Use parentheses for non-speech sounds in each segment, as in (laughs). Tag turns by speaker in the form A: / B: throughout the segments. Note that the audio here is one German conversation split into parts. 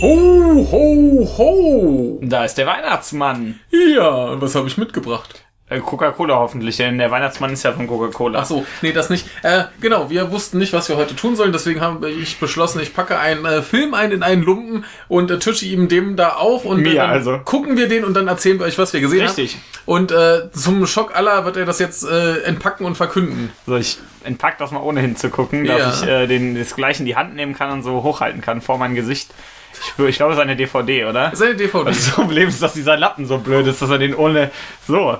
A: Ho, ho, ho!
B: Da ist der Weihnachtsmann.
A: Ja, und was habe ich mitgebracht?
B: Äh, Coca-Cola hoffentlich, denn der Weihnachtsmann ist ja von Coca-Cola.
A: Ach so, nee, das nicht. Äh, genau, wir wussten nicht, was wir heute tun sollen, deswegen habe ich beschlossen, ich packe einen äh, Film ein in einen Lumpen und äh, tische ihm dem da auf und
B: Mir
A: dann
B: also.
A: gucken wir den und dann erzählen wir euch, was wir gesehen
B: Richtig.
A: haben. Und äh, zum Schock aller wird er das jetzt äh, entpacken und verkünden.
B: So, ich entpack das mal ohne hinzugucken, dass
A: Ja.
B: ich äh, den, das gleich in die Hand nehmen kann und so hochhalten kann vor mein Gesicht. Ich, spür- ich glaube, es ist eine DVD, oder? (laughs)
A: Seine DVD.
B: Das Problem ist, dass dieser Lappen so blöd ist, dass er den ohne. So.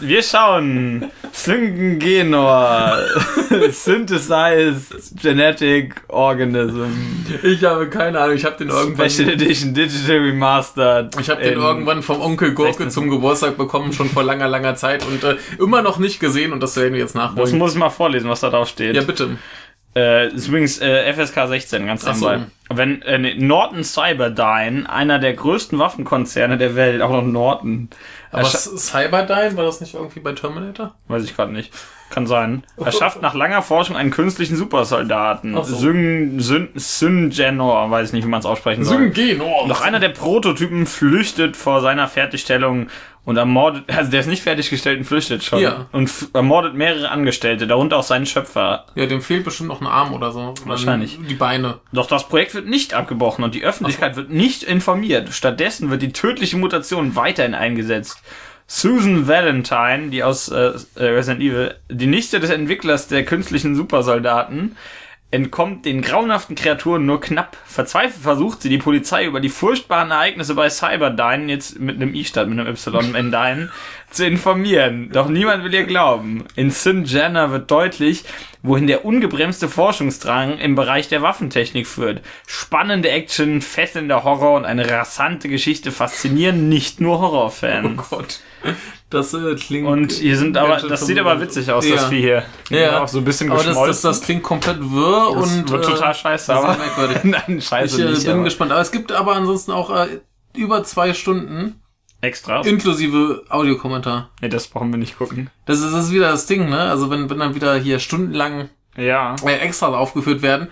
B: Wir schauen. Syngenor. (laughs) Synthesized Genetic Organism.
A: Ich habe keine Ahnung, ich habe den
B: Special
A: irgendwann...
B: Edition Digital Remastered.
A: Ich habe den
B: in-
A: irgendwann vom Onkel Gorke zum Geburtstag bekommen, schon vor langer, langer Zeit und äh, immer noch nicht gesehen und das werden wir jetzt
B: Das
A: nachholen.
B: muss ich mal vorlesen, was da drauf steht.
A: Ja, bitte.
B: Äh, ist übrigens äh, FSK 16, ganz
A: Ach so.
B: nebenbei. Wenn äh, nee, Norton Cyberdyne, einer der größten Waffenkonzerne der Welt, auch noch Norton,
A: Aber
B: Erscha-
A: Cyberdyne, war das nicht irgendwie bei Terminator?
B: weiß ich gerade nicht, kann sein, erschafft nach langer Forschung einen künstlichen Supersoldaten.
A: Ach so.
B: Syn, Syn, Syngenor, weiß ich nicht, wie man es aussprechen soll.
A: Syngenor.
B: Doch einer der Prototypen flüchtet vor seiner Fertigstellung und ermordet, also der ist nicht fertiggestellt und flüchtet schon.
A: Ja.
B: Und f- ermordet mehrere Angestellte, darunter auch seinen Schöpfer.
A: Ja, dem fehlt bestimmt noch ein Arm oder so. Oder
B: Wahrscheinlich.
A: Die Beine.
B: Doch das Projekt wird nicht abgebrochen und die Öffentlichkeit wird nicht informiert. Stattdessen wird die tödliche Mutation weiterhin eingesetzt. Susan Valentine, die aus äh, äh, Resident Evil, die Nichte des Entwicklers der künstlichen Supersoldaten, entkommt den grauenhaften Kreaturen nur knapp. Verzweifelt versucht sie, die Polizei über die furchtbaren Ereignisse bei Cyberdyne, jetzt mit einem I statt mit einem Y am Ende ein, zu informieren. Doch niemand will ihr glauben. In Sin Jenner wird deutlich, wohin der ungebremste Forschungsdrang im Bereich der Waffentechnik führt. Spannende Action, fesselnder Horror und eine rasante Geschichte faszinieren nicht nur
A: Oh
B: Horrorfans.
A: Gott. Das äh, klingt.
B: Und hier sind aber,
A: ganz schön
B: das sieht aber
A: verwirrend.
B: witzig aus, das Vieh hier.
A: Ja.
B: Auch so ein bisschen
A: Aber das, das,
B: geschmolzen.
A: das klingt komplett wirr
B: Das
A: und.
B: wird
A: äh,
B: total scheiße,
A: sehr
B: aber.
A: merkwürdig.
B: (laughs) Nein,
A: Ich
B: scheiße
A: äh,
B: nicht.
A: bin
B: aber
A: gespannt. Aber es gibt aber ansonsten auch äh, über zwei Stunden
B: extra.
A: inklusive Audiokommentar.
B: Nee, das brauchen wir nicht gucken.
A: Das ist, das ist wieder das Ding, ne? Also wenn, wenn dann wieder hier stundenlang
B: Ja.
A: äh, Extras aufgeführt werden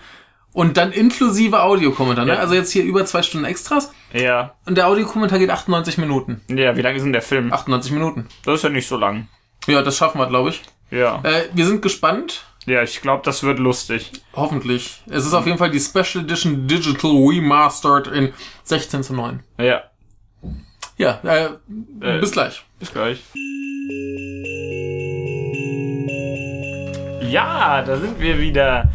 A: und dann inklusive Audiokommentar, ne?
B: Ja.
A: Also jetzt hier über zwei Stunden Extras
B: Ja.
A: und der Audiokommentar geht 98 Minuten.
B: Ja, wie lange ist denn der Film?
A: 98 Minuten.
B: Das ist ja nicht so lang.
A: Ja, das schaffen wir, glaube ich.
B: Ja.
A: Äh, wir sind gespannt.
B: Ja, ich glaube, das wird lustig.
A: Hoffentlich. Es ist auf jeden Fall die Special Edition Digital Remastered in 16 zu 9.
B: Ja.
A: Ja, äh,
B: Äh.
A: bis gleich.
B: Bis gleich. Ja, da sind wir wieder.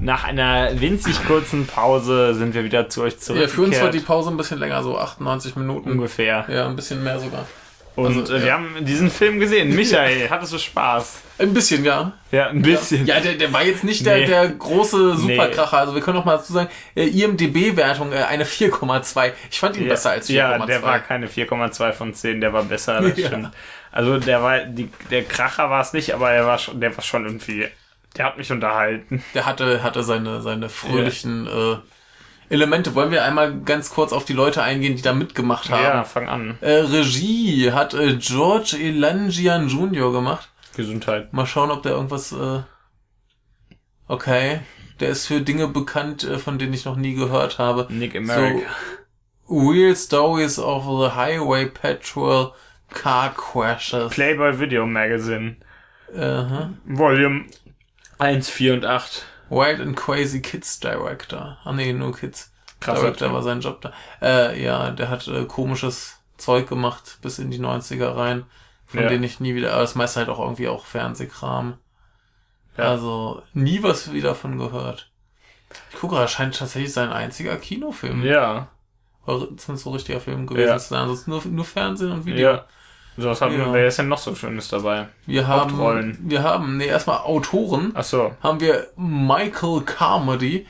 B: Nach einer winzig kurzen Pause sind wir wieder zu euch
A: Ja,
B: zurückgekehrt.
A: für uns war die Pause ein bisschen länger, so 98 Minuten.
B: äh, ungefähr.
A: Ja, ein bisschen mehr sogar.
B: Und
A: Also,
B: äh, wir
A: ja.
B: haben diesen Film gesehen.
A: (laughs)
B: Michael, hattest du Spaß?
A: Ein bisschen, ja.
B: Ja, ein bisschen.
A: Ja, der, der war jetzt nicht der,
B: Nee.
A: der große
B: Nee.
A: Superkracher. Also wir können noch mal dazu sagen, äh, IMDB-Wertung äh, eine 4,2. Ich fand ihn besser als 4,2.
B: Ja, der war keine 4,2 von 10, der war besser, das
A: Ja.
B: stimmt. Also der war die, der Kracher war es nicht, aber er war schon, der war schon irgendwie. Der hat mich unterhalten.
A: Der hatte, hatte seine, seine fröhlichen äh, Elemente. Wollen wir einmal ganz kurz auf die Leute eingehen, die da mitgemacht haben?
B: Ja, fang an.
A: Äh, Regie hat äh, George Elangian Jr. gemacht.
B: Gesundheit.
A: Mal schauen, ob der irgendwas. Äh okay. Der ist für Dinge bekannt, äh, von denen ich noch nie gehört habe.
B: Nick
A: So,
B: America.
A: Real Stories of the Highway Patrol Car Crashes. Äh,
B: Playboy Video Magazine.
A: Aha.
B: Volume 1, 4 und 8.
A: Wild and Crazy Kids Director. Ah nee, nur Kids.
B: Krasser
A: Director
B: Typ.
A: war sein Job da. Äh, ja, der hat äh, komisches Zeug gemacht bis in die 90er rein, von
B: Ja.
A: denen ich nie wieder, aber das meiste halt auch irgendwie auch Fernsehkram.
B: Ja.
A: Also nie was wieder von gehört. Ich gucke, das scheint tatsächlich sein einziger Kinofilm.
B: Ja.
A: Oder zumindest so ein richtiger Film gewesen
B: Ja.
A: zu sein. Ansonsten nur, nur Fernsehen und Video.
B: Ja. So, was haben
A: Ja.
B: wir, wer ist denn noch so Schönes dabei?
A: Wir haben,
B: Hauptrollen.
A: wir haben, nee, erstmal Autoren.
B: Ach so.
A: haben wir Michael Carmody.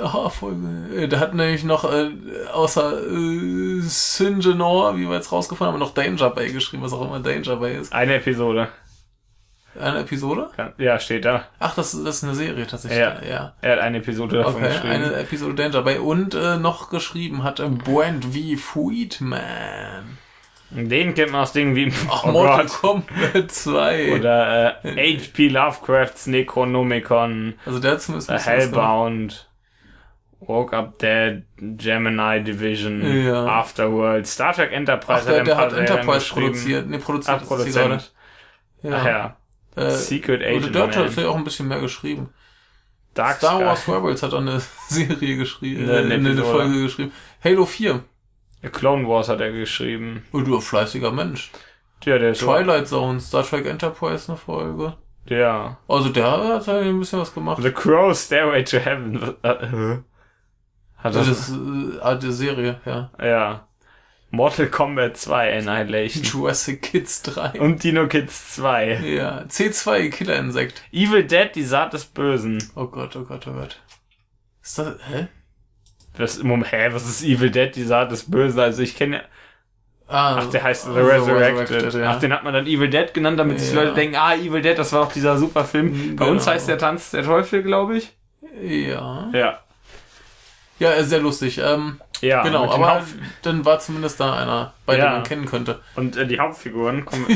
A: Aha, Folge. äh, Der hat nämlich noch äh, außer äh, Syngenor, wie wir jetzt rausgefunden haben, noch Danger Bay geschrieben, was auch immer Danger Bay ist.
B: Eine Episode.
A: Eine Episode?
B: Ja, steht da.
A: Ach, das, das ist eine Serie tatsächlich.
B: Ja.
A: ja.
B: Er hat eine Episode davon
A: Okay,
B: geschrieben.
A: eine Episode Danger Bay. Und äh, noch geschrieben hat äh, Brent V. Friedman.
B: Den kennt man aus Dingen wie
A: Ach,
B: Oh
A: Mortal
B: Gott.
A: Kombat 2.
B: Oder äh, H.P. Lovecrafts Necronomicon,
A: also der hat zumindest...
B: äh, Hellbound Woke Up Dead, Gemini Division,
A: Ja.
B: Afterworld, Star Trek Enterprise
A: Ach, der,
B: ein
A: der
B: paar
A: hat
B: Serien
A: Enterprise
B: geschrieben.
A: produziert. Nee, produziert
B: Ach,
A: ist die gerade.
B: Produzent.
A: Ja.
B: Ach ja.
A: Äh, und
B: Secret
A: der
B: Agent
A: Deutsche hat
B: Man.
A: ja auch ein bisschen mehr geschrieben.
B: Dark
A: Star
B: Sky.
A: Wars Rebels hat auch eine (laughs) Serie geschrieben,
B: Eine-
A: äh, eine,
B: eine
A: eine
B: Episode.
A: Folge geschrieben. Halo 4.
B: Clone Wars hat er geschrieben.
A: Oh, du fleißiger Mensch.
B: Ja, der ist
A: Twilight Zone, Star Trek Enterprise eine Folge.
B: Ja.
A: Also der hat halt ein bisschen was gemacht.
B: The Crow Stairway to Heaven. Äh, hä? Hat
A: Das ist
B: das,
A: äh, alte Serie, ja.
B: ja. Mortal Kombat 2 Annihilation.
A: Jurassic Kids
B: (laughs)
A: 3.
B: Und Dino Kids 2.
A: Ja, C2 Killer Insekt.
B: Evil Dead, die Saat des Bösen.
A: Oh Gott, oh Gott, oh Gott. Ist das, hä?
B: Das, Moment, hä, was ist Evil Dead, die Saat des Bösen? Also ich kenne ja
A: Ah,
B: Ach, der heißt The
A: also
B: Resurrected.
A: ja.
B: Ach, den hat man dann Evil Dead genannt, damit sich die
A: Ja.
B: Leute denken, ah, Evil Dead, das war doch dieser super Film.
A: Mhm,
B: Bei uns
A: genau.
B: heißt der Tanz der Teufel, glaube ich.
A: ja.
B: Ja.
A: Ja, äh, sehr lustig. Ähm,
B: Ja,
A: genau,
B: Ah, mit den
A: aber
B: Haupt
A: dann war zumindest da einer, bei
B: Ja.
A: dem man kennen könnte.
B: und äh, die
A: (laughs)
B: Hauptfiguren kommen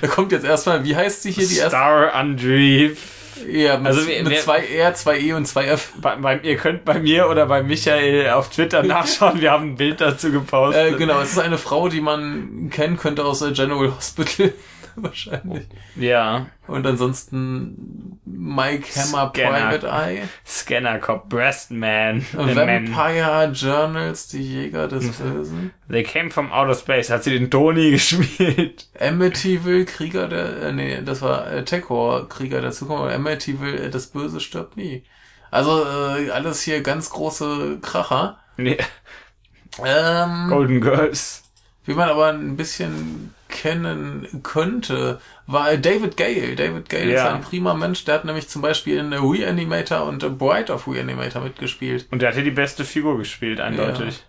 A: da kommt jetzt erstmal, wie heißt sie hier die erste?
B: Star Andreef.
A: Ja, mit,
B: Also wer-
A: mit
B: wer-
A: zwei R, zwei E und zwei F.
B: Bei, bei, ihr könnt bei mir oder bei Michael auf Twitter (laughs) nachschauen, wir haben ein Bild dazu gepostet.
A: Äh, genau, es ist eine Frau, die man kennen könnte aus äh, General Hospital. (laughs) Wahrscheinlich.
B: Ja.
A: Und ansonsten Mike Hammer
B: Oh. Scanner.
A: Private Eye.
B: Scanner Cop, Breast Man, The Man. Mhm.
A: Vampire Journals, die Jäger des Bösen.
B: They came from outer space, hat sie den Tony (laughs) gespielt.
A: Amityville, Krieger der, äh, nee, das war äh, Tekor, Krieger der Zukunft, aber Amityville, äh, das Böse stirbt nie. Also, äh, alles hier ganz große Kracher.
B: Nee,
A: Ähm,
B: Golden Girls.
A: wie man aber ein bisschen kennen könnte, war äh, David Gale. David Gale ist
B: Ja.
A: ein prima Mensch, der hat nämlich zum Beispiel in äh, Reanimator und äh, Bride of Reanimator mitgespielt.
B: Und der hat hier die beste Figur gespielt, eindeutig.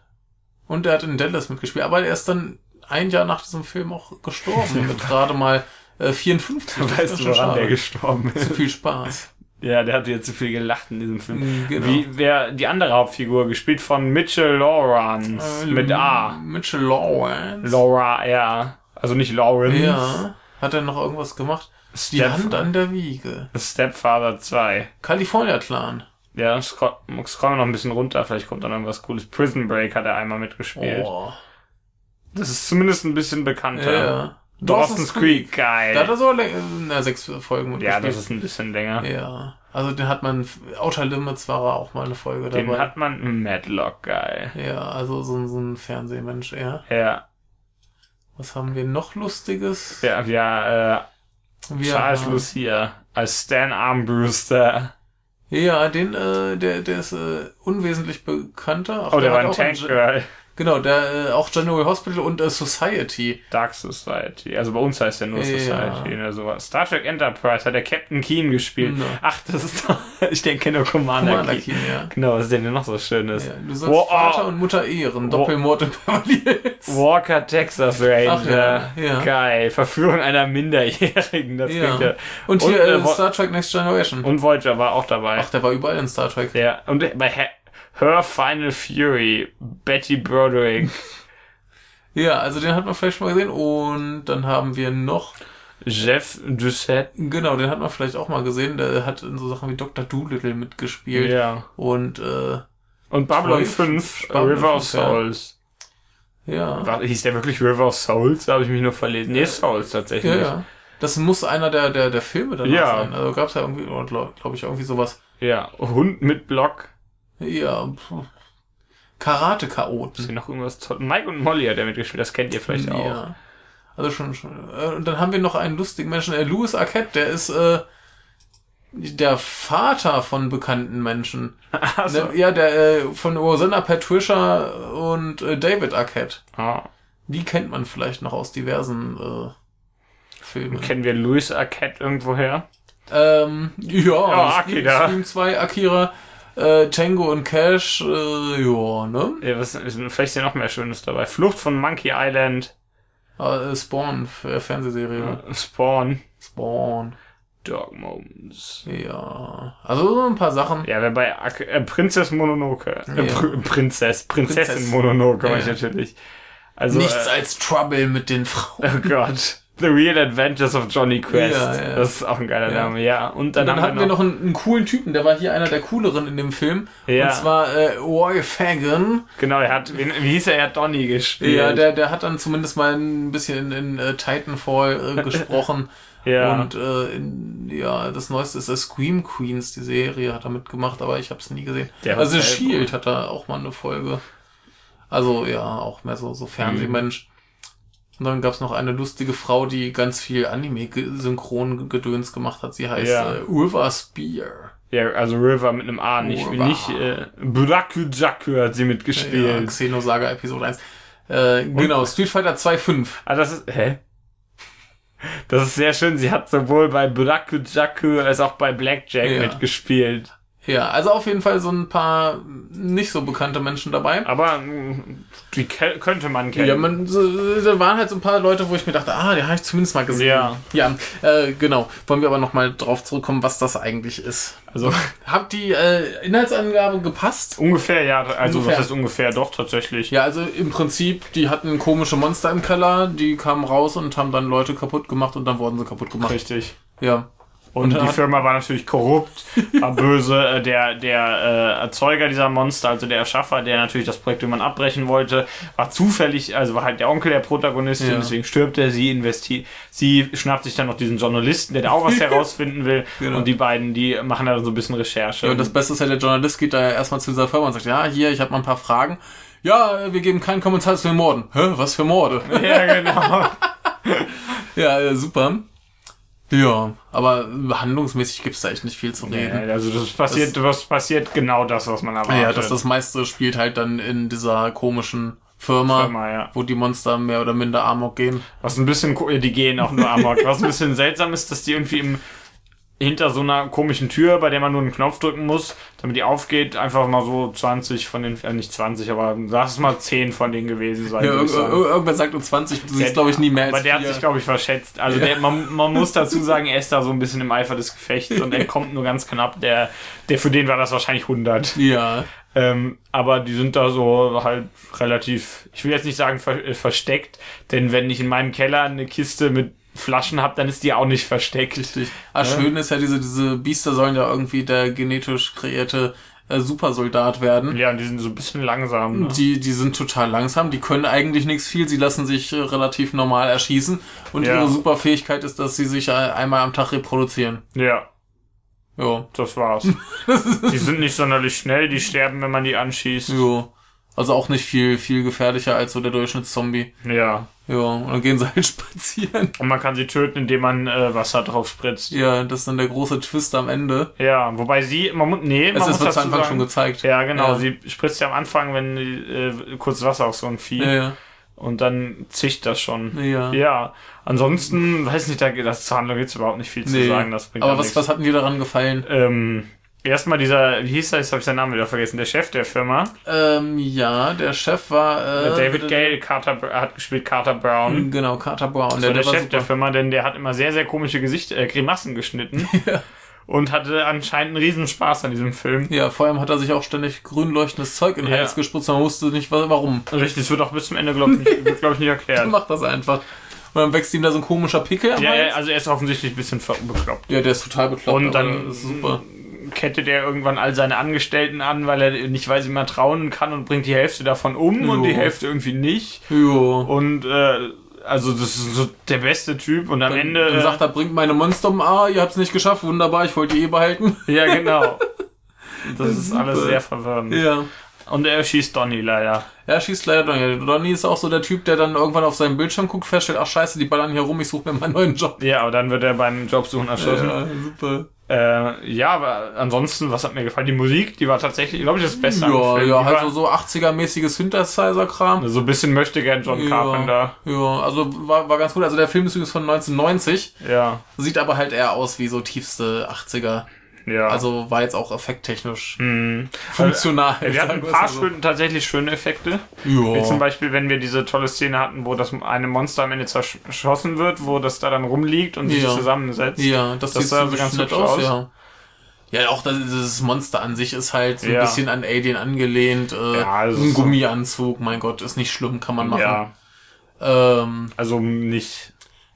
A: Und er hat in Dallas mitgespielt, aber er ist dann ein Jahr nach diesem Film auch
B: (laughs)
A: gestorben, mit gerade mal äh, 54. Das ist
B: Weißt du,
A: schon
B: woran der
A: schade.
B: gestorben
A: Zu (laughs)
B: ist?
A: viel Spaß.
B: Ja, der hat ja zu viel gelacht in diesem Film.
A: Genau.
B: Wie wer die andere Hauptfigur gespielt von Mitchell
A: Äh,
B: Lawrence mit A.
A: Mitchell Lawrence.
B: Laura, ja. Also nicht Lawrence.
A: ja. Hat er noch irgendwas gemacht? Die Hand an der Wiege.
B: The Stepfather 2.
A: California Clan.
B: Ja, scroll, scrollen wir noch ein bisschen runter, vielleicht kommt dann irgendwas cooles. Prison Break hat er einmal mitgespielt.
A: Oh.
B: Das ist zumindest ein bisschen bekannter.
A: Ja.
B: Dawson's Creek, geil.
A: Da hat er so läng- äh, na, sechs Folgen
B: ja,
A: mitgespielt.
B: das ist ein bisschen länger.
A: Ja. Also den hat man, Outer Limits war er auch mal eine Folge
B: Den
A: dabei.
B: hat man Madlock, geil.
A: ja, also so, ein- so ein Fernsehmensch eher.
B: Ja,
A: Was haben wir noch Lustiges?
B: ja, ja, äh,
A: Wir
B: Charles
A: haben-
B: Lucia als Stan Armbruster.
A: Ja, den, äh, der, der ist äh, unwesentlich bekannter. Ach,
B: Oh, der war
A: hat
B: ein
A: auch in
B: Tank
A: Ge-
B: Girl.
A: Genau, der äh, auch General Hospital und äh, Society.
B: Dark Society. Also bei uns heißt der nur
A: Ja.
B: Society oder sowas. Star Trek Enterprise hat der Captain Keen gespielt.
A: Ja.
B: Ach, das ist doch. (laughs) Ich denke nur Commander,
A: Commander
B: Keen.
A: Keen, ja.
B: Genau, was ist denn noch so Schönes? oh,
A: ja. Du sollst
B: Wow.
A: Vater und Mutter ehren. Doppelmord in Beverly Hills.
B: Walker Texas Ranger.
A: Ach ja, ja.
B: Geil. Verführung einer Minderjährigen. Das
A: Ja.
B: klingt ja.
A: (laughs) Und
B: Und,
A: hier
B: äh,
A: äh,
B: Wo-
A: Star Trek Next Generation.
B: Und Voyager war auch dabei.
A: Ach, der war überall in Star Trek.
B: Ja, und bei He Her Final Fury, Betty Broderick,
A: Ja, also den hat man vielleicht schon mal gesehen. Und dann haben wir noch,
B: Jeff Doucette.
A: genau, den hat man vielleicht auch mal gesehen. Der hat in so Sachen wie Dr. Doolittle mitgespielt.
B: Ja.
A: Und, äh,
B: Und Babylon
A: Zwölf,
B: 5,
A: Babylon
B: River of
A: 5, ja.
B: Souls.
A: ja.
B: War, hieß der wirklich River of Souls? Da habe ich mich nur verlesen. Nee, Souls tatsächlich.
A: Ja, ja. Das muss einer der, der, der Filme danach
B: Ja.
A: sein. Also gab's ja irgendwie, glaube glaub ich, irgendwie sowas.
B: Ja, Hund mit Block.
A: Ja, pf. Karate-Chaoten.
B: Ist hier noch irgendwas toll? Mike und Molly hat er mitgespielt, das kennt ihr vielleicht auch.
A: Ja. Also schon, schon. äh, Und dann haben wir noch einen lustigen Menschen, äh, Louis Arquette, der ist äh, der Vater von bekannten Menschen.
B: Also,
A: Ne, ja, der äh, von Rosanna Patricia und äh, David Arquette.
B: ah,
A: Die kennt man vielleicht noch aus diversen äh, Filmen.
B: kennen wir Louis Arquette irgendwoher?
A: Ähm, ja,
B: Ja, Akira.
A: Scream 2, Akira, äh, Tango und Cash, äh, ja, ne?
B: Ja, was, ist, vielleicht ist ja noch mehr Schönes dabei. Flucht von Monkey Island,
A: Äh, Spawn, F- äh, Fernsehserie.
B: Spawn,
A: Spawn,
B: Dog Moments.
A: ja. Also so ein paar Sachen.
B: Ja, wer bei Ak äh, Prinzess Mononoke. Äh,
A: Ja.
B: Pr Prinzess, Prinzessin
A: Prinzess.
B: Mononoke,
A: Ja,
B: meine ich
A: ja.
B: natürlich. Also,
A: Nichts
B: äh,
A: als Trouble mit den Frauen.
B: oh Gott. The Real Adventures of Johnny Quest.
A: Ja, ja.
B: Das ist auch ein geiler
A: Ja.
B: Name, ja. Und
A: Und
B: dann,
A: dann
B: haben
A: hatten wir noch einen, einen coolen Typen, der war hier einer der cooleren in dem Film.
B: Ja.
A: Und zwar äh, Roy Fagan.
B: Genau, er hat, wie, wie hieß er, er hat Donny gespielt.
A: Ja, der, der hat dann zumindest mal ein bisschen in, in äh, Titanfall äh, gesprochen.
B: Ja.
A: Und äh, in, ja, das Neueste ist äh, Scream Queens, die Serie hat er mitgemacht, aber ich habe es nie gesehen.
B: Der
A: also
B: Hotel-
A: Shield hat da auch mal eine Folge. Also ja, auch mehr so, so Fernsehmensch.
B: Mhm.
A: Und dann gab's noch eine lustige Frau, die ganz viel Anime-Synchron-Gedöns gemacht hat. Sie heißt
B: Ja.
A: äh, Ulva Spear.
B: ja, also River mit einem A, nicht,
A: River.
B: nicht äh, Braku Jaku hat sie
A: Oh, Ja,
B: mitgespielt.
A: Xenosaga Episode 1. Äh, genau, Street Fighter 2.5.
B: Ah, das ist, hä? Das ist sehr schön, sie hat sowohl bei Braku Jaku als auch bei Blackjack
A: Ja.
B: mitgespielt.
A: Ja, also auf jeden Fall so ein paar nicht so bekannte Menschen dabei.
B: Aber mh, die ke- könnte man kennen.
A: Ja, man, so, da waren halt so ein paar Leute, wo ich mir dachte, ah, die habe ich zumindest mal gesehen.
B: Ja.
A: Ja, äh, genau. Wollen wir aber nochmal drauf zurückkommen, was das eigentlich ist.
B: also
A: (laughs) Habt die äh, Inhaltsangabe gepasst?
B: ungefähr, ja. Also
A: Ungefähr.
B: was heißt ungefähr? Doch, tatsächlich.
A: Ja, also im Prinzip, die hatten komische Monster im Keller, die kamen raus und haben dann Leute kaputt gemacht und dann wurden sie kaputt gemacht.
B: Richtig.
A: Ja.
B: Und,
A: Und
B: die
A: hat-
B: Firma war
A: (laughs)
B: natürlich korrupt, war böse. Äh, Der, der äh, Erzeuger dieser Monster, also der Erschaffer, der natürlich das Projekt irgendwann abbrechen wollte, war zufällig, also war halt der Onkel der Protagonistin,
A: Ja.
B: deswegen stirbt er, sie investiert, sie schnappt sich dann noch diesen Journalisten, der
A: (laughs)
B: da auch was herausfinden will.
A: Genau.
B: Und die beiden, die machen da so ein bisschen Recherche.
A: Ja, und das Beste ist ja, der Journalist geht da ja erstmal zu dieser Firma und sagt, ja, hier, ich habe mal ein paar Fragen. Ja, äh, wir geben keinen Kommentar zu den Morden. Hä, was für Morde?
B: (laughs)
A: (laughs)
B: ja, genau.
A: Ja, äh, super. Ja, aber handlungsmäßig gibt's da echt nicht viel zu
B: Ja,
A: reden.
B: also das passiert, was passiert genau das, was man erwartet.
A: Ja, das, das meiste spielt halt dann in dieser komischen Firma,
B: Firma, ja.
A: wo die Monster mehr oder minder Amok gehen.
B: Was ein bisschen, ko- die gehen auch nur amok. Was ein bisschen seltsam ist, dass die irgendwie im, hinter so einer komischen Tür, bei der man nur einen Knopf drücken muss, damit die aufgeht, einfach mal so 20 von den, äh, nicht 20, aber lass es mal 10 von denen gewesen sein.
A: Ja,
B: würde
A: ir
B: ich
A: ir
B: sagen.
A: irgendwer sagt uns 20, du siehst, glaube ich, nie mehr als
B: Aber der hat
A: vier.
B: sich, glaube ich, verschätzt. Also der, man, man muss dazu sagen, er ist da so ein bisschen im Eifer des Gefechts und er kommt nur ganz knapp. Der, der für den war das wahrscheinlich 100.
A: ja,
B: Ähm, aber die sind da so halt relativ, ich will jetzt nicht sagen ver äh, versteckt, denn wenn ich in meinem Keller eine Kiste mit Flaschen habe, dann ist die auch nicht versteckt.
A: richtig. Ah, schön ist ja, diese, diese Biester sollen ja irgendwie der genetisch kreierte äh, Supersoldat werden.
B: Ja, und die sind so ein bisschen langsam. Ne?
A: Die, die sind total langsam, die können eigentlich nichts viel, sie lassen sich äh, relativ normal erschießen und
B: Ja.
A: ihre Superfähigkeit ist, dass sie sich äh, einmal am Tag reproduzieren.
B: Ja,
A: Jo. (laughs)
B: das war's. die sind nicht sonderlich schnell, die sterben, wenn man die anschießt.
A: Jo. Also auch nicht viel, viel gefährlicher als so der Durchschnittszombie.
B: Ja.
A: Jo. Und dann gehen sie halt (laughs) spazieren.
B: Und man kann sie töten, indem man äh, Wasser drauf spritzt.
A: Ja, das ist dann der große Twist am Ende.
B: Ja, wobei sie, man muss, nee, man
A: Es
B: muss
A: ist wird
B: dazu
A: am Anfang
B: sagen,
A: schon gezeigt.
B: ja, genau,
A: Ja.
B: sie spritzt ja am Anfang, wenn die, äh, kurz Wasser auf so ein Vieh
A: Ja, ja.
B: und dann zicht das schon.
A: ja.
B: Ja, ansonsten, weiß nicht, da, das zur Handlung gibt's überhaupt nicht viel zu
A: Nee.
B: sagen. Das bringt
A: Aber
B: auch
A: was,
B: nichts.
A: was hat denn dir daran gefallen?
B: Ähm, erstmal dieser, wie hieß er, jetzt habe ich seinen Namen wieder vergessen, der Chef der Firma,
A: Ähm, ja, der Chef war, äh,
B: David Gale, Carter, Br- hat gespielt Carter Brown.
A: Genau, Carter Brown.
B: Das war der,
A: war
B: Chef
A: super.
B: der Firma, denn der hat immer sehr, sehr komische Gesicht, äh,
A: (laughs)
B: Grimassen geschnitten. Und hatte anscheinend einen Riesenspaß an diesem Film.
A: Ja, vor allem hat er sich auch ständig grün leuchtendes Zeug in den
B: Ja.
A: Hals gespritzt, man wusste nicht wa- warum.
B: Richtig, es wird auch bis zum Ende, glaube
A: (laughs)
B: ich, wird, glaub ich, nicht
A: Er
B: erklärt.
A: macht das einfach. Und dann wächst ihm da so ein komischer Pickel am
B: Ja, ja,
A: Hals.
B: also er ist offensichtlich ein bisschen ver- bekloppt.
A: Ja, der ist total bekloppt.
B: Und dann-
A: aber das ist super.
B: kettet er irgendwann all seine Angestellten an, weil er nicht weiß, wie man trauen kann und bringt die Hälfte davon um und
A: Jo.
B: die Hälfte irgendwie nicht.
A: Jo.
B: Und äh, also das ist so der beste Typ und am
A: Dann-
B: Ende.
A: Dann
B: äh,
A: sagt er, bringt meine Monster um. Ah, ihr habt's nicht geschafft. Wunderbar, ich wollte die eh behalten.
B: ja, genau. Das ist alles
A: Super.
B: sehr
A: (laughs)
B: verwirrend.
A: Ja.
B: Und er schießt Donny leider.
A: Er schießt leider Donny. Donny ist auch so der Typ, der dann irgendwann auf seinen Bildschirm guckt, feststellt, ach scheiße, die ballern hier rum, ich suche mir meinen neuen Job.
B: Ja, aber dann wird er beim Jobsuchen erschossen.
A: Ja, super.
B: Ja, äh, ja aber ansonsten, was hat mir gefallen? Die Musik, die war tatsächlich, glaube ich, das Beste am
A: Ja,
B: Film.
A: ja,
B: Die
A: halt
B: war
A: so, so 80er-mäßiges Synthesizer-Kram.
B: so ein bisschen möchte gern John
A: Ja,
B: Carpenter.
A: ja, also war, war ganz gut. Also der Film ist übrigens von 1990,
B: Ja,
A: sieht aber halt eher aus wie so tiefste 80er.
B: ja.
A: Also war jetzt auch effekttechnisch
B: hm.
A: funktional.
B: Wir hatten ein
A: sagen wir
B: paar
A: es mal so.
B: schön, tatsächlich schöne Effekte. Wie zum
A: Ja.
B: Beispiel, wenn wir diese tolle Szene hatten, wo das eine Monster am Ende zerschossen wird, wo das da dann rumliegt und sich
A: Ja.
B: zusammensetzt.
A: ja, das,
B: Das
A: sieht
B: sah
A: so
B: so
A: ganz
B: ganz
A: nett
B: hübsch
A: aus,
B: aus.
A: ja. Ja, auch das, dieses Monster an sich ist halt so ein
B: Ja.
A: bisschen an Alien angelehnt. Äh,
B: Ja, also
A: ein
B: so-
A: Gummianzug, mein Gott, ist nicht schlimm, kann man machen.
B: Ja,
A: Ähm,
B: also nicht.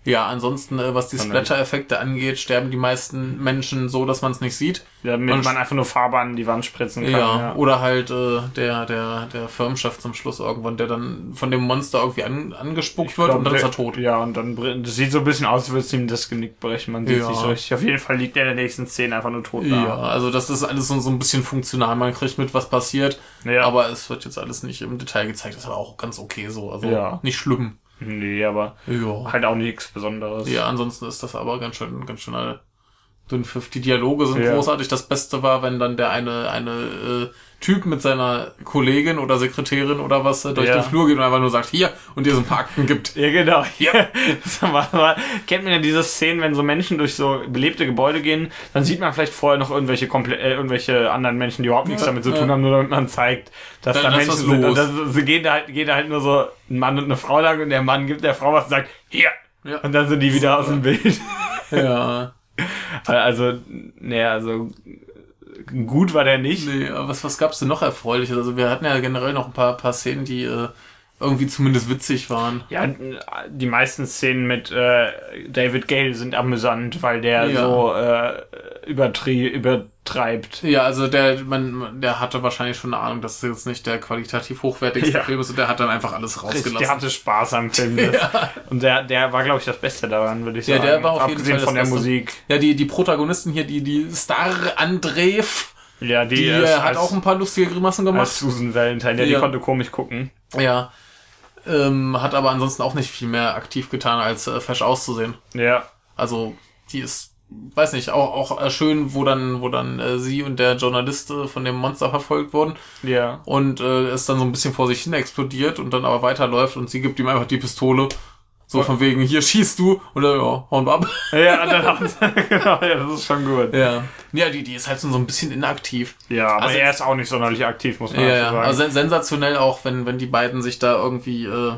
A: Ja, ansonsten, äh, was die
B: Kann man nicht.
A: Splatter-Effekte angeht, sterben die meisten Menschen so, dass man es nicht sieht.
B: Damit
A: Und-
B: man einfach nur Farbe an die Wand spritzen kann.
A: Ja,
B: Ja.
A: oder halt äh, der, der, der Firmenchef zum Schluss irgendwann, der dann von dem Monster irgendwie an, angespuckt wird
B: glaub,
A: und dann ist
B: der-
A: er tot.
B: Ja, und dann br- das sieht so ein bisschen aus, als würde es ihm das Genick brechen. Man sieht
A: Ja.
B: nicht so richtig. Auf jeden Fall liegt er in der nächsten Szene einfach nur tot
A: Ja, also das ist alles so, so ein bisschen funktional. Man kriegt mit, was passiert,
B: da. Ja,
A: aber es wird jetzt alles nicht im Detail gezeigt. Das ist aber auch ganz okay so. Also
B: Ja.
A: nicht schlimm.
B: Nee, aber
A: Ja.
B: halt auch nichts Besonderes.
A: Ja, ansonsten ist das aber ganz schön, ganz schön äh, dünnpfiff. Die Dialoge sind
B: Ja.
A: großartig. Das Beste war, wenn dann der eine, eine äh, Typ mit seiner Kollegin oder Sekretärin oder was äh, durch
B: Ja.
A: den Flur geht und einfach nur sagt, hier, und dir so ein paar Akten
B: (laughs)
A: gibt.
B: Ja, genau. Ja. Das war, war, kennt man ja diese Szenen, wenn so Menschen durch so belebte Gebäude gehen, dann sieht man vielleicht vorher noch irgendwelche komple äh, irgendwelche anderen Menschen, die überhaupt nichts
A: Ja,
B: damit zu
A: ja.
B: tun haben, nur damit man zeigt, dass
A: Dann
B: da
A: ist
B: Menschen
A: was
B: sind. Und
A: los.
B: das, so gehen da halt, geht da halt nur so ein Mann und eine Frau lang und der Mann gibt der Frau was und sagt, hier!
A: Ja.
B: Und dann sind die wieder aus dem Bild. (laughs)
A: Ja.
B: Also, naja, also gut war der nicht.
A: Nee, aber was, was gab's denn noch Erfreuliches? Also wir hatten ja generell noch ein paar, paar Szenen, die äh, irgendwie zumindest witzig waren.
B: Ja, die meisten Szenen mit äh, David Gale sind amüsant, weil der
A: Ja.
B: so äh, übertrie übertreibt.
A: Ja, also der, man, man- der hatte wahrscheinlich schon eine Ahnung, dass es jetzt nicht der qualitativ hochwertigste
B: Ja.
A: Film ist und der hat dann einfach alles
B: Der
A: rausgelassen.
B: hatte Spaß
A: (laughs)
B: am Film. Und der, der war, glaube ich, das Beste daran, würde ich
A: Ja,
B: sagen.
A: der war auf jeden
B: Abgesehen
A: Fall
B: von der
A: das Beste.
B: Musik.
A: Ja, die, die Protagonisten hier, die, die Star Andreev,
B: Ja, die,
A: die
B: ist
A: äh, hat
B: als,
A: auch ein paar lustige Grimassen gemacht.
B: als Susan Valentine. Ja, die
A: Ja.
B: konnte komisch gucken.
A: ja. Ähm, hat aber ansonsten auch nicht viel mehr aktiv getan, als äh, fesch auszusehen.
B: Ja.
A: Also, die ist, weiß nicht, auch, auch äh, schön, wo dann, wo dann äh, sie und der Journalist äh, von dem Monster verfolgt wurden
B: Ja.
A: und äh, es dann so ein bisschen vor sich hin explodiert und dann aber weiterläuft und sie gibt ihm einfach die Pistole. So von wegen, hier schießt du oder ja, hauen wir ab.
B: Ja, (laughs) und dann haben- genau, (laughs) ja, das ist schon gut.
A: Ja. Ja, die, die ist halt so so ein bisschen inaktiv.
B: Ja, aber
A: Also-
B: er ist auch nicht sonderlich aktiv, muss man
A: Ja,
B: dazu
A: ja.
B: sagen.
A: Also sen- sensationell auch, wenn, wenn die beiden sich da irgendwie, äh,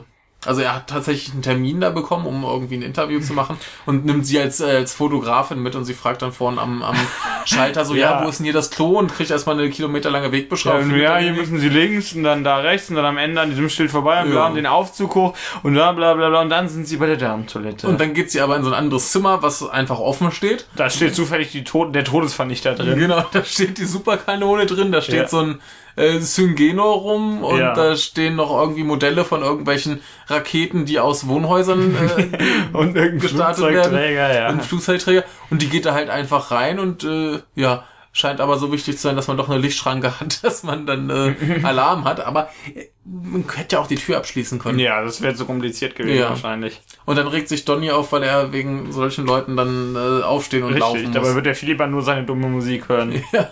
A: also er hat tatsächlich einen Termin da bekommen, um irgendwie ein Interview zu (laughs) machen und nimmt sie als, äh, als Fotografin mit und sie fragt dann vorne am, (laughs) am Schalter so, ja.
B: Ja.
A: wo ist denn hier das Klo und kriegt erstmal eine kilometerlange
B: Ja,
A: Wegbeschreibung.
B: und ja, hier müssen sie links und dann da rechts und dann am Ende an diesem Schild vorbei und
A: Ja.
B: wir haben den Aufzug hoch und bla bla bla bla und dann sind sie bei der Damentoilette.
A: und dann geht sie aber in so ein anderes Zimmer, was einfach offen steht.
B: da steht zufällig die Toten, der Todesvernichter drin.
A: Genau, da steht die Superkanone drin, da steht
B: Ja.
A: so ein äh, Syngeno rum und
B: Ja.
A: da stehen noch irgendwie Modelle von irgendwelchen Raketen, die aus Wohnhäusern äh,
B: (laughs) Und irgendein
A: Gestartet
B: Flugzeugträger, ja.
A: und Flugzeugträger und die geht da halt einfach rein und äh, ja, scheint aber so wichtig zu sein, dass man doch eine Lichtschranke (laughs) hat, dass man dann äh, Alarm hat, aber äh, man hätte ja auch die Tür abschließen können.
B: ja, das wäre so kompliziert gewesen
A: Ja.
B: wahrscheinlich.
A: Und dann regt sich Donny auf, weil er wegen solchen Leuten dann äh, aufstehen und
B: Richtig,
A: laufen
B: dabei
A: muss.
B: wird der Philippa nur seine dumme
A: (laughs)
B: Musik hören.
A: Ja,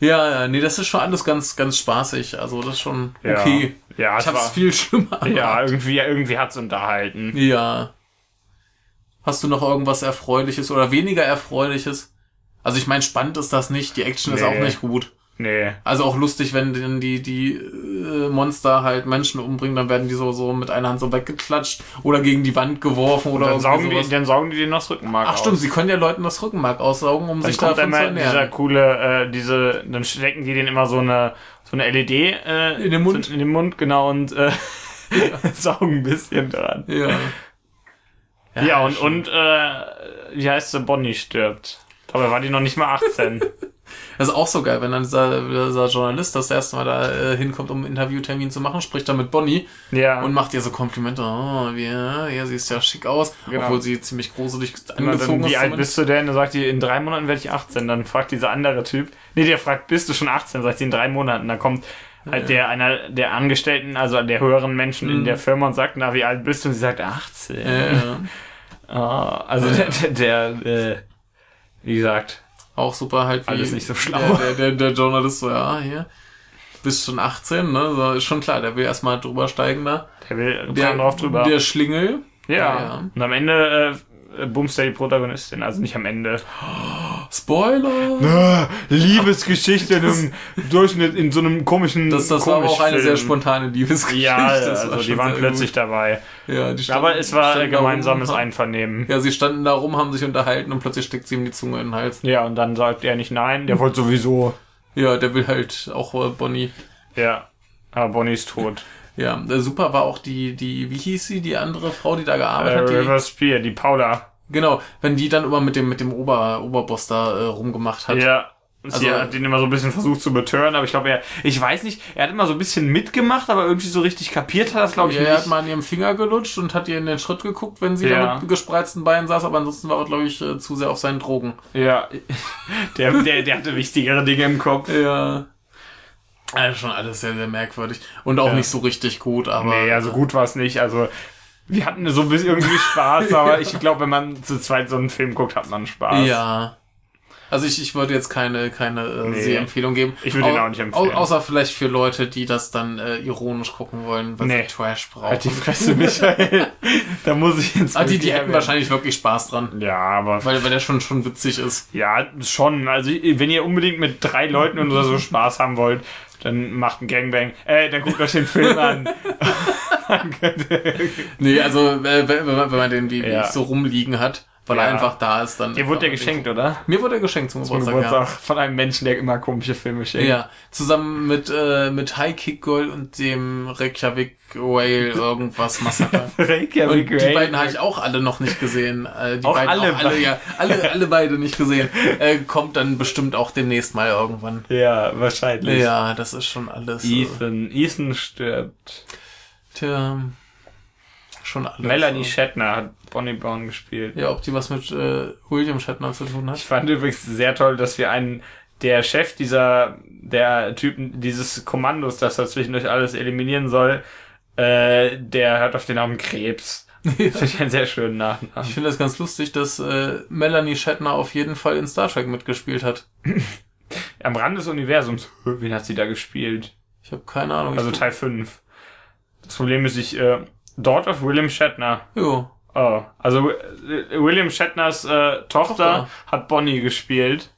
A: ja, nee, das ist schon alles ganz, ganz spaßig. Also das ist schon okay.
B: Ja,
A: Ich
B: es
A: hab's
B: war,
A: viel schlimmer.
B: ja irgendwie, irgendwie hat's unterhalten.
A: Ja. Hast du noch irgendwas Erfreuliches oder weniger Erfreuliches? Also ich meine, spannend ist das nicht, die Action ist
B: Nee.
A: auch nicht gut.
B: Nee.
A: Also auch lustig, wenn denn die, die äh, Monster halt Menschen umbringen, dann werden die so, so mit einer Hand so weggeklatscht oder gegen die Wand geworfen oder
B: Dann saugen,
A: irgendwie
B: die,
A: sowas.
B: dann saugen die den noch das Rückenmark
A: Ach stimmt,
B: aus.
A: sie können ja Leuten das Rückenmark aussaugen, um
B: Dann
A: sich
B: kommt
A: davon zu
B: immer dieser
A: ernähren.
B: coole, äh, diese, dann stecken die den immer so eine, so eine LED äh,
A: In den Mund.
B: in den Mund genau und äh, (laughs) saugen ein bisschen dran.
A: Ja.
B: Ja, und und äh, wie heißt sie? Bonnie stirbt. Dabei war die noch nicht
A: (laughs)
B: mal 18.
A: Das ist auch so geil, wenn dann dieser, dieser Journalist das erste Mal da äh, hinkommt, um einen Interviewtermin zu machen, spricht dann mit Bonnie
B: ja.
A: und macht ihr so Komplimente. Oh, wie, ja, sie ist ja schick aus,
B: Genau.
A: obwohl sie ziemlich gruselig
B: Immer
A: angezogen
B: dann, wie
A: ist.
B: alt
A: zumindest.
B: bist du denn? Dann sagt die, in drei Monaten werde ich 18. Dann fragt dieser andere Typ, nee, der fragt, bist du schon 18? Sagt sie, in drei Monaten. Dann kommt halt der einer der Angestellten, also der höheren Menschen in der Firma und sagt, na, wie alt bist du? Und sie sagt, 18.
A: Mhm. Ja, ja.
B: Ah, also (laughs) der, der, der äh, wie gesagt,
A: Auch super halt wie
B: Alles nicht so schlau.
A: Der, der, der, der Journalist so, ja, hier, bist schon 18, ne? So, ist schon klar, der will erstmal drüber steigen da.
B: der will
A: Der,
B: der, drauf drüber.
A: der Schlingel.
B: ja.
A: ja.
B: Und am Ende äh, bumst er die Protagonistin, also nicht am Ende. Ne,
A: Spoiler!
B: Ah, Liebesgeschichte in einem Durchschnitt, in so einem komischen
A: Das, das war aber auch eine sehr spontane Liebesgeschichte.
B: Ja,
A: das war
B: also die
A: schon
B: waren
A: sehr
B: plötzlich dabei.
A: gut. Ja, die standen-
B: Aber es war
A: standen
B: ein
A: da
B: gemeinsames
A: rum.
B: Einvernehmen.
A: Ja, sie standen da rum, haben sich unterhalten und plötzlich steckt sie ihm die Zunge in den Hals.
B: Ja, und dann sagt er nicht
A: (laughs)
B: nein, der wollte sowieso.
A: Ja, der will halt auch äh, Bonnie.
B: Ja. Aber Bonnie ist tot.
A: Ja, äh, super war auch die, die, wie hieß sie, die andere Frau, die da
B: Äh,
A: gearbeitet hat, die,
B: River Spear, die Paula.
A: Genau, wenn die dann immer mit dem, mit dem Ober, Oberboss da äh, rumgemacht hat.
B: Ja. Sie
A: Also-
B: hat ihn immer so ein bisschen versucht zu betören, aber ich glaube, er, ich weiß nicht, er hat immer so ein bisschen mitgemacht, aber irgendwie so richtig kapiert hat das, glaube ich,
A: Er hat
B: nicht.
A: mal an ihrem Finger gelutscht und hat ihr in den Schritt geguckt, wenn sie
B: Ja.
A: da mit gespreizten Beinen saß, aber ansonsten war er, glaube ich, äh, zu sehr auf seinen Drogen.
B: Ja. (laughs) Der, der, der hatte wichtigere Dinge im Kopf.
A: Ja. Also schon alles sehr, sehr merkwürdig. Und auch
B: Ja.
A: nicht so richtig gut, aber.
B: Nee, also gut war es nicht. Also wir hatten so ein bisschen irgendwie Spaß, aber ich glaube, wenn man zu zweit so einen Film guckt, hat man Spaß.
A: Ja. Also ich, ich würde jetzt keine, keine äh,
B: Nee.
A: Sehempfehlung geben.
B: Ich würde ihn
A: Au-
B: auch nicht empfehlen.
A: au- Außer vielleicht für Leute, die das dann äh, ironisch gucken wollen, weil
B: Nee.
A: sie Trash brauchen.
B: Halt die Fresse, Michael. (laughs) da muss ich jetzt.
A: ah, die, die
B: wirklich
A: hätten
B: erwähnen.
A: wahrscheinlich wirklich Spaß dran,
B: Ja, aber.
A: weil, weil der schon, schon witzig ist.
B: Ja, schon. Also wenn ihr unbedingt mit drei Leuten oder so Spaß haben wollt, dann macht ein Gangbang. Äh, dann guckt euch den Film an.
A: Nee, also äh, wenn, wenn man- wenn man den wie wie
B: Ja.
A: ich so rumliegen hat, weil
B: Ja.
A: er einfach da ist, dann.
B: Dir wurde der
A: dann-
B: geschenkt, oder?
A: Mir wurde er geschenkt zum,
B: Zum
A: Geburtstag,
B: Geburtstag von einem Menschen, der immer komische Filme
A: ja.
B: schenkt.
A: Ja, zusammen mit, äh, mit High Kick Girl und dem Reykjavik
B: (laughs)
A: Whale irgendwas Massaker.
B: (laughs) Reykjavik
A: Und die
B: Rain.
A: beiden habe ich auch alle noch nicht gesehen. Äh, die
B: Auch
A: beiden
B: alle
A: auch alle,
B: be-
A: ja, alle, alle beide nicht
B: (laughs)
A: gesehen. Äh, kommt dann bestimmt auch demnächst mal irgendwann.
B: Ja, wahrscheinlich.
A: Ja, das ist schon alles. äh,
B: Ethan. Ethan stirbt.
A: Tja, schon alles.
B: Melanie
A: äh.
B: Shatner hat Bonnie Brown gespielt.
A: Ja, ob die was mit äh, William Shatner zu tun
B: (laughs)
A: hat.
B: Ich fand übrigens sehr toll, dass wir einen, der Chef dieser, der Typen, dieses Kommandos, das er zwischendurch alles eliminieren soll, äh, der hört auf den Namen Krebs. Das finde ich einen sehr schönen
A: Ich
B: Nachnamen.
A: finde das ganz lustig, dass äh, Melanie Shatner auf jeden Fall in Star Trek mitgespielt hat.
B: Am Rand des Universums. Wen hat sie da gespielt?
A: Ich habe keine Ahnung.
B: Also
A: ich,
B: Teil 5. Das Problem ist, ich, äh, Dort of William Shatner.
A: jo.
B: Oh, also äh, William Shatners äh, Tochter,
A: Tochter.
B: hat Bonnie gespielt.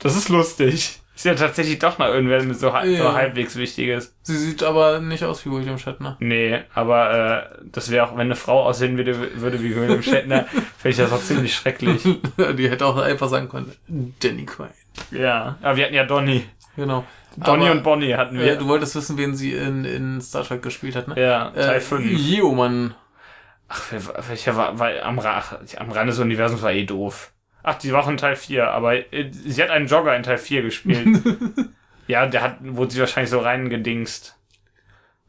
B: Das ist lustig. Ist ja tatsächlich doch mal irgendwer mit so, ha- so
A: Ja.
B: halbwegs Wichtiges.
A: Sie sieht aber nicht aus wie William Shatner. (laughs)
B: Nee, aber äh, das wäre auch, wenn eine Frau aussehen würde, würde wie William Shatner,
A: (laughs)
B: fände ich das auch ziemlich schrecklich.
A: die hätte auch einfach sagen können, Danny Quaid.
B: Ja, aber wir hatten ja Donny.
A: Genau.
B: Donny
A: Aber-
B: und Bonnie hatten
A: Ja,
B: wir.
A: du wolltest wissen, wen sie in, in Star Trek gespielt hat, ne?
B: Ja, Teil
A: äh,
B: 5.
A: Yeoman.
B: Ach, wel- welcher war, weil am, Ra- ach, am Rand des Universums war eh doof. Ach, die war auch in Teil 4, aber äh, sie hat einen Jogger in Teil 4 (laughs) gespielt. ja, der hat, wurde sie wahrscheinlich so reingedingst.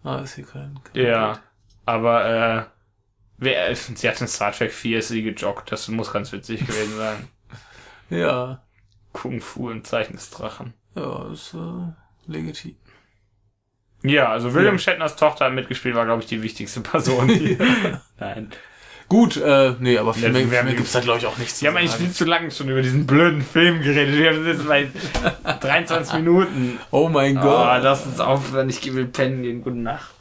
A: Ah, ist hier kein. kein
B: Ja. Aber, äh, wer, äh, sie hat in Star Trek 4 ist sie gejoggt. Das muss ganz witzig gewesen (laughs) sein.
A: Bild. Ja.
B: Kung Fu im Zeichen des Drachen.
A: Ja, ist äh,
B: (laughs)
A: legitim.
B: Ja, also William
A: Ja.
B: Shatners Tochter hat mitgespielt, war, glaube ich, die wichtigste Person. Die, (laughs) Nein.
A: Gut, äh, nee, aber viel
B: Ja,
A: mehr,
B: wir
A: viel
B: haben
A: mehr
B: die-
A: gibt's da, glaube ich, auch nichts
B: Die haben eigentlich viel zu lange schon über diesen blöden Film geredet. Wir haben jetzt bei (laughs) 23 Minuten.
A: Oh mein
B: Ah,
A: Gott.
B: lass uns aufhören. Ich will pennen gehen. Gute Nacht.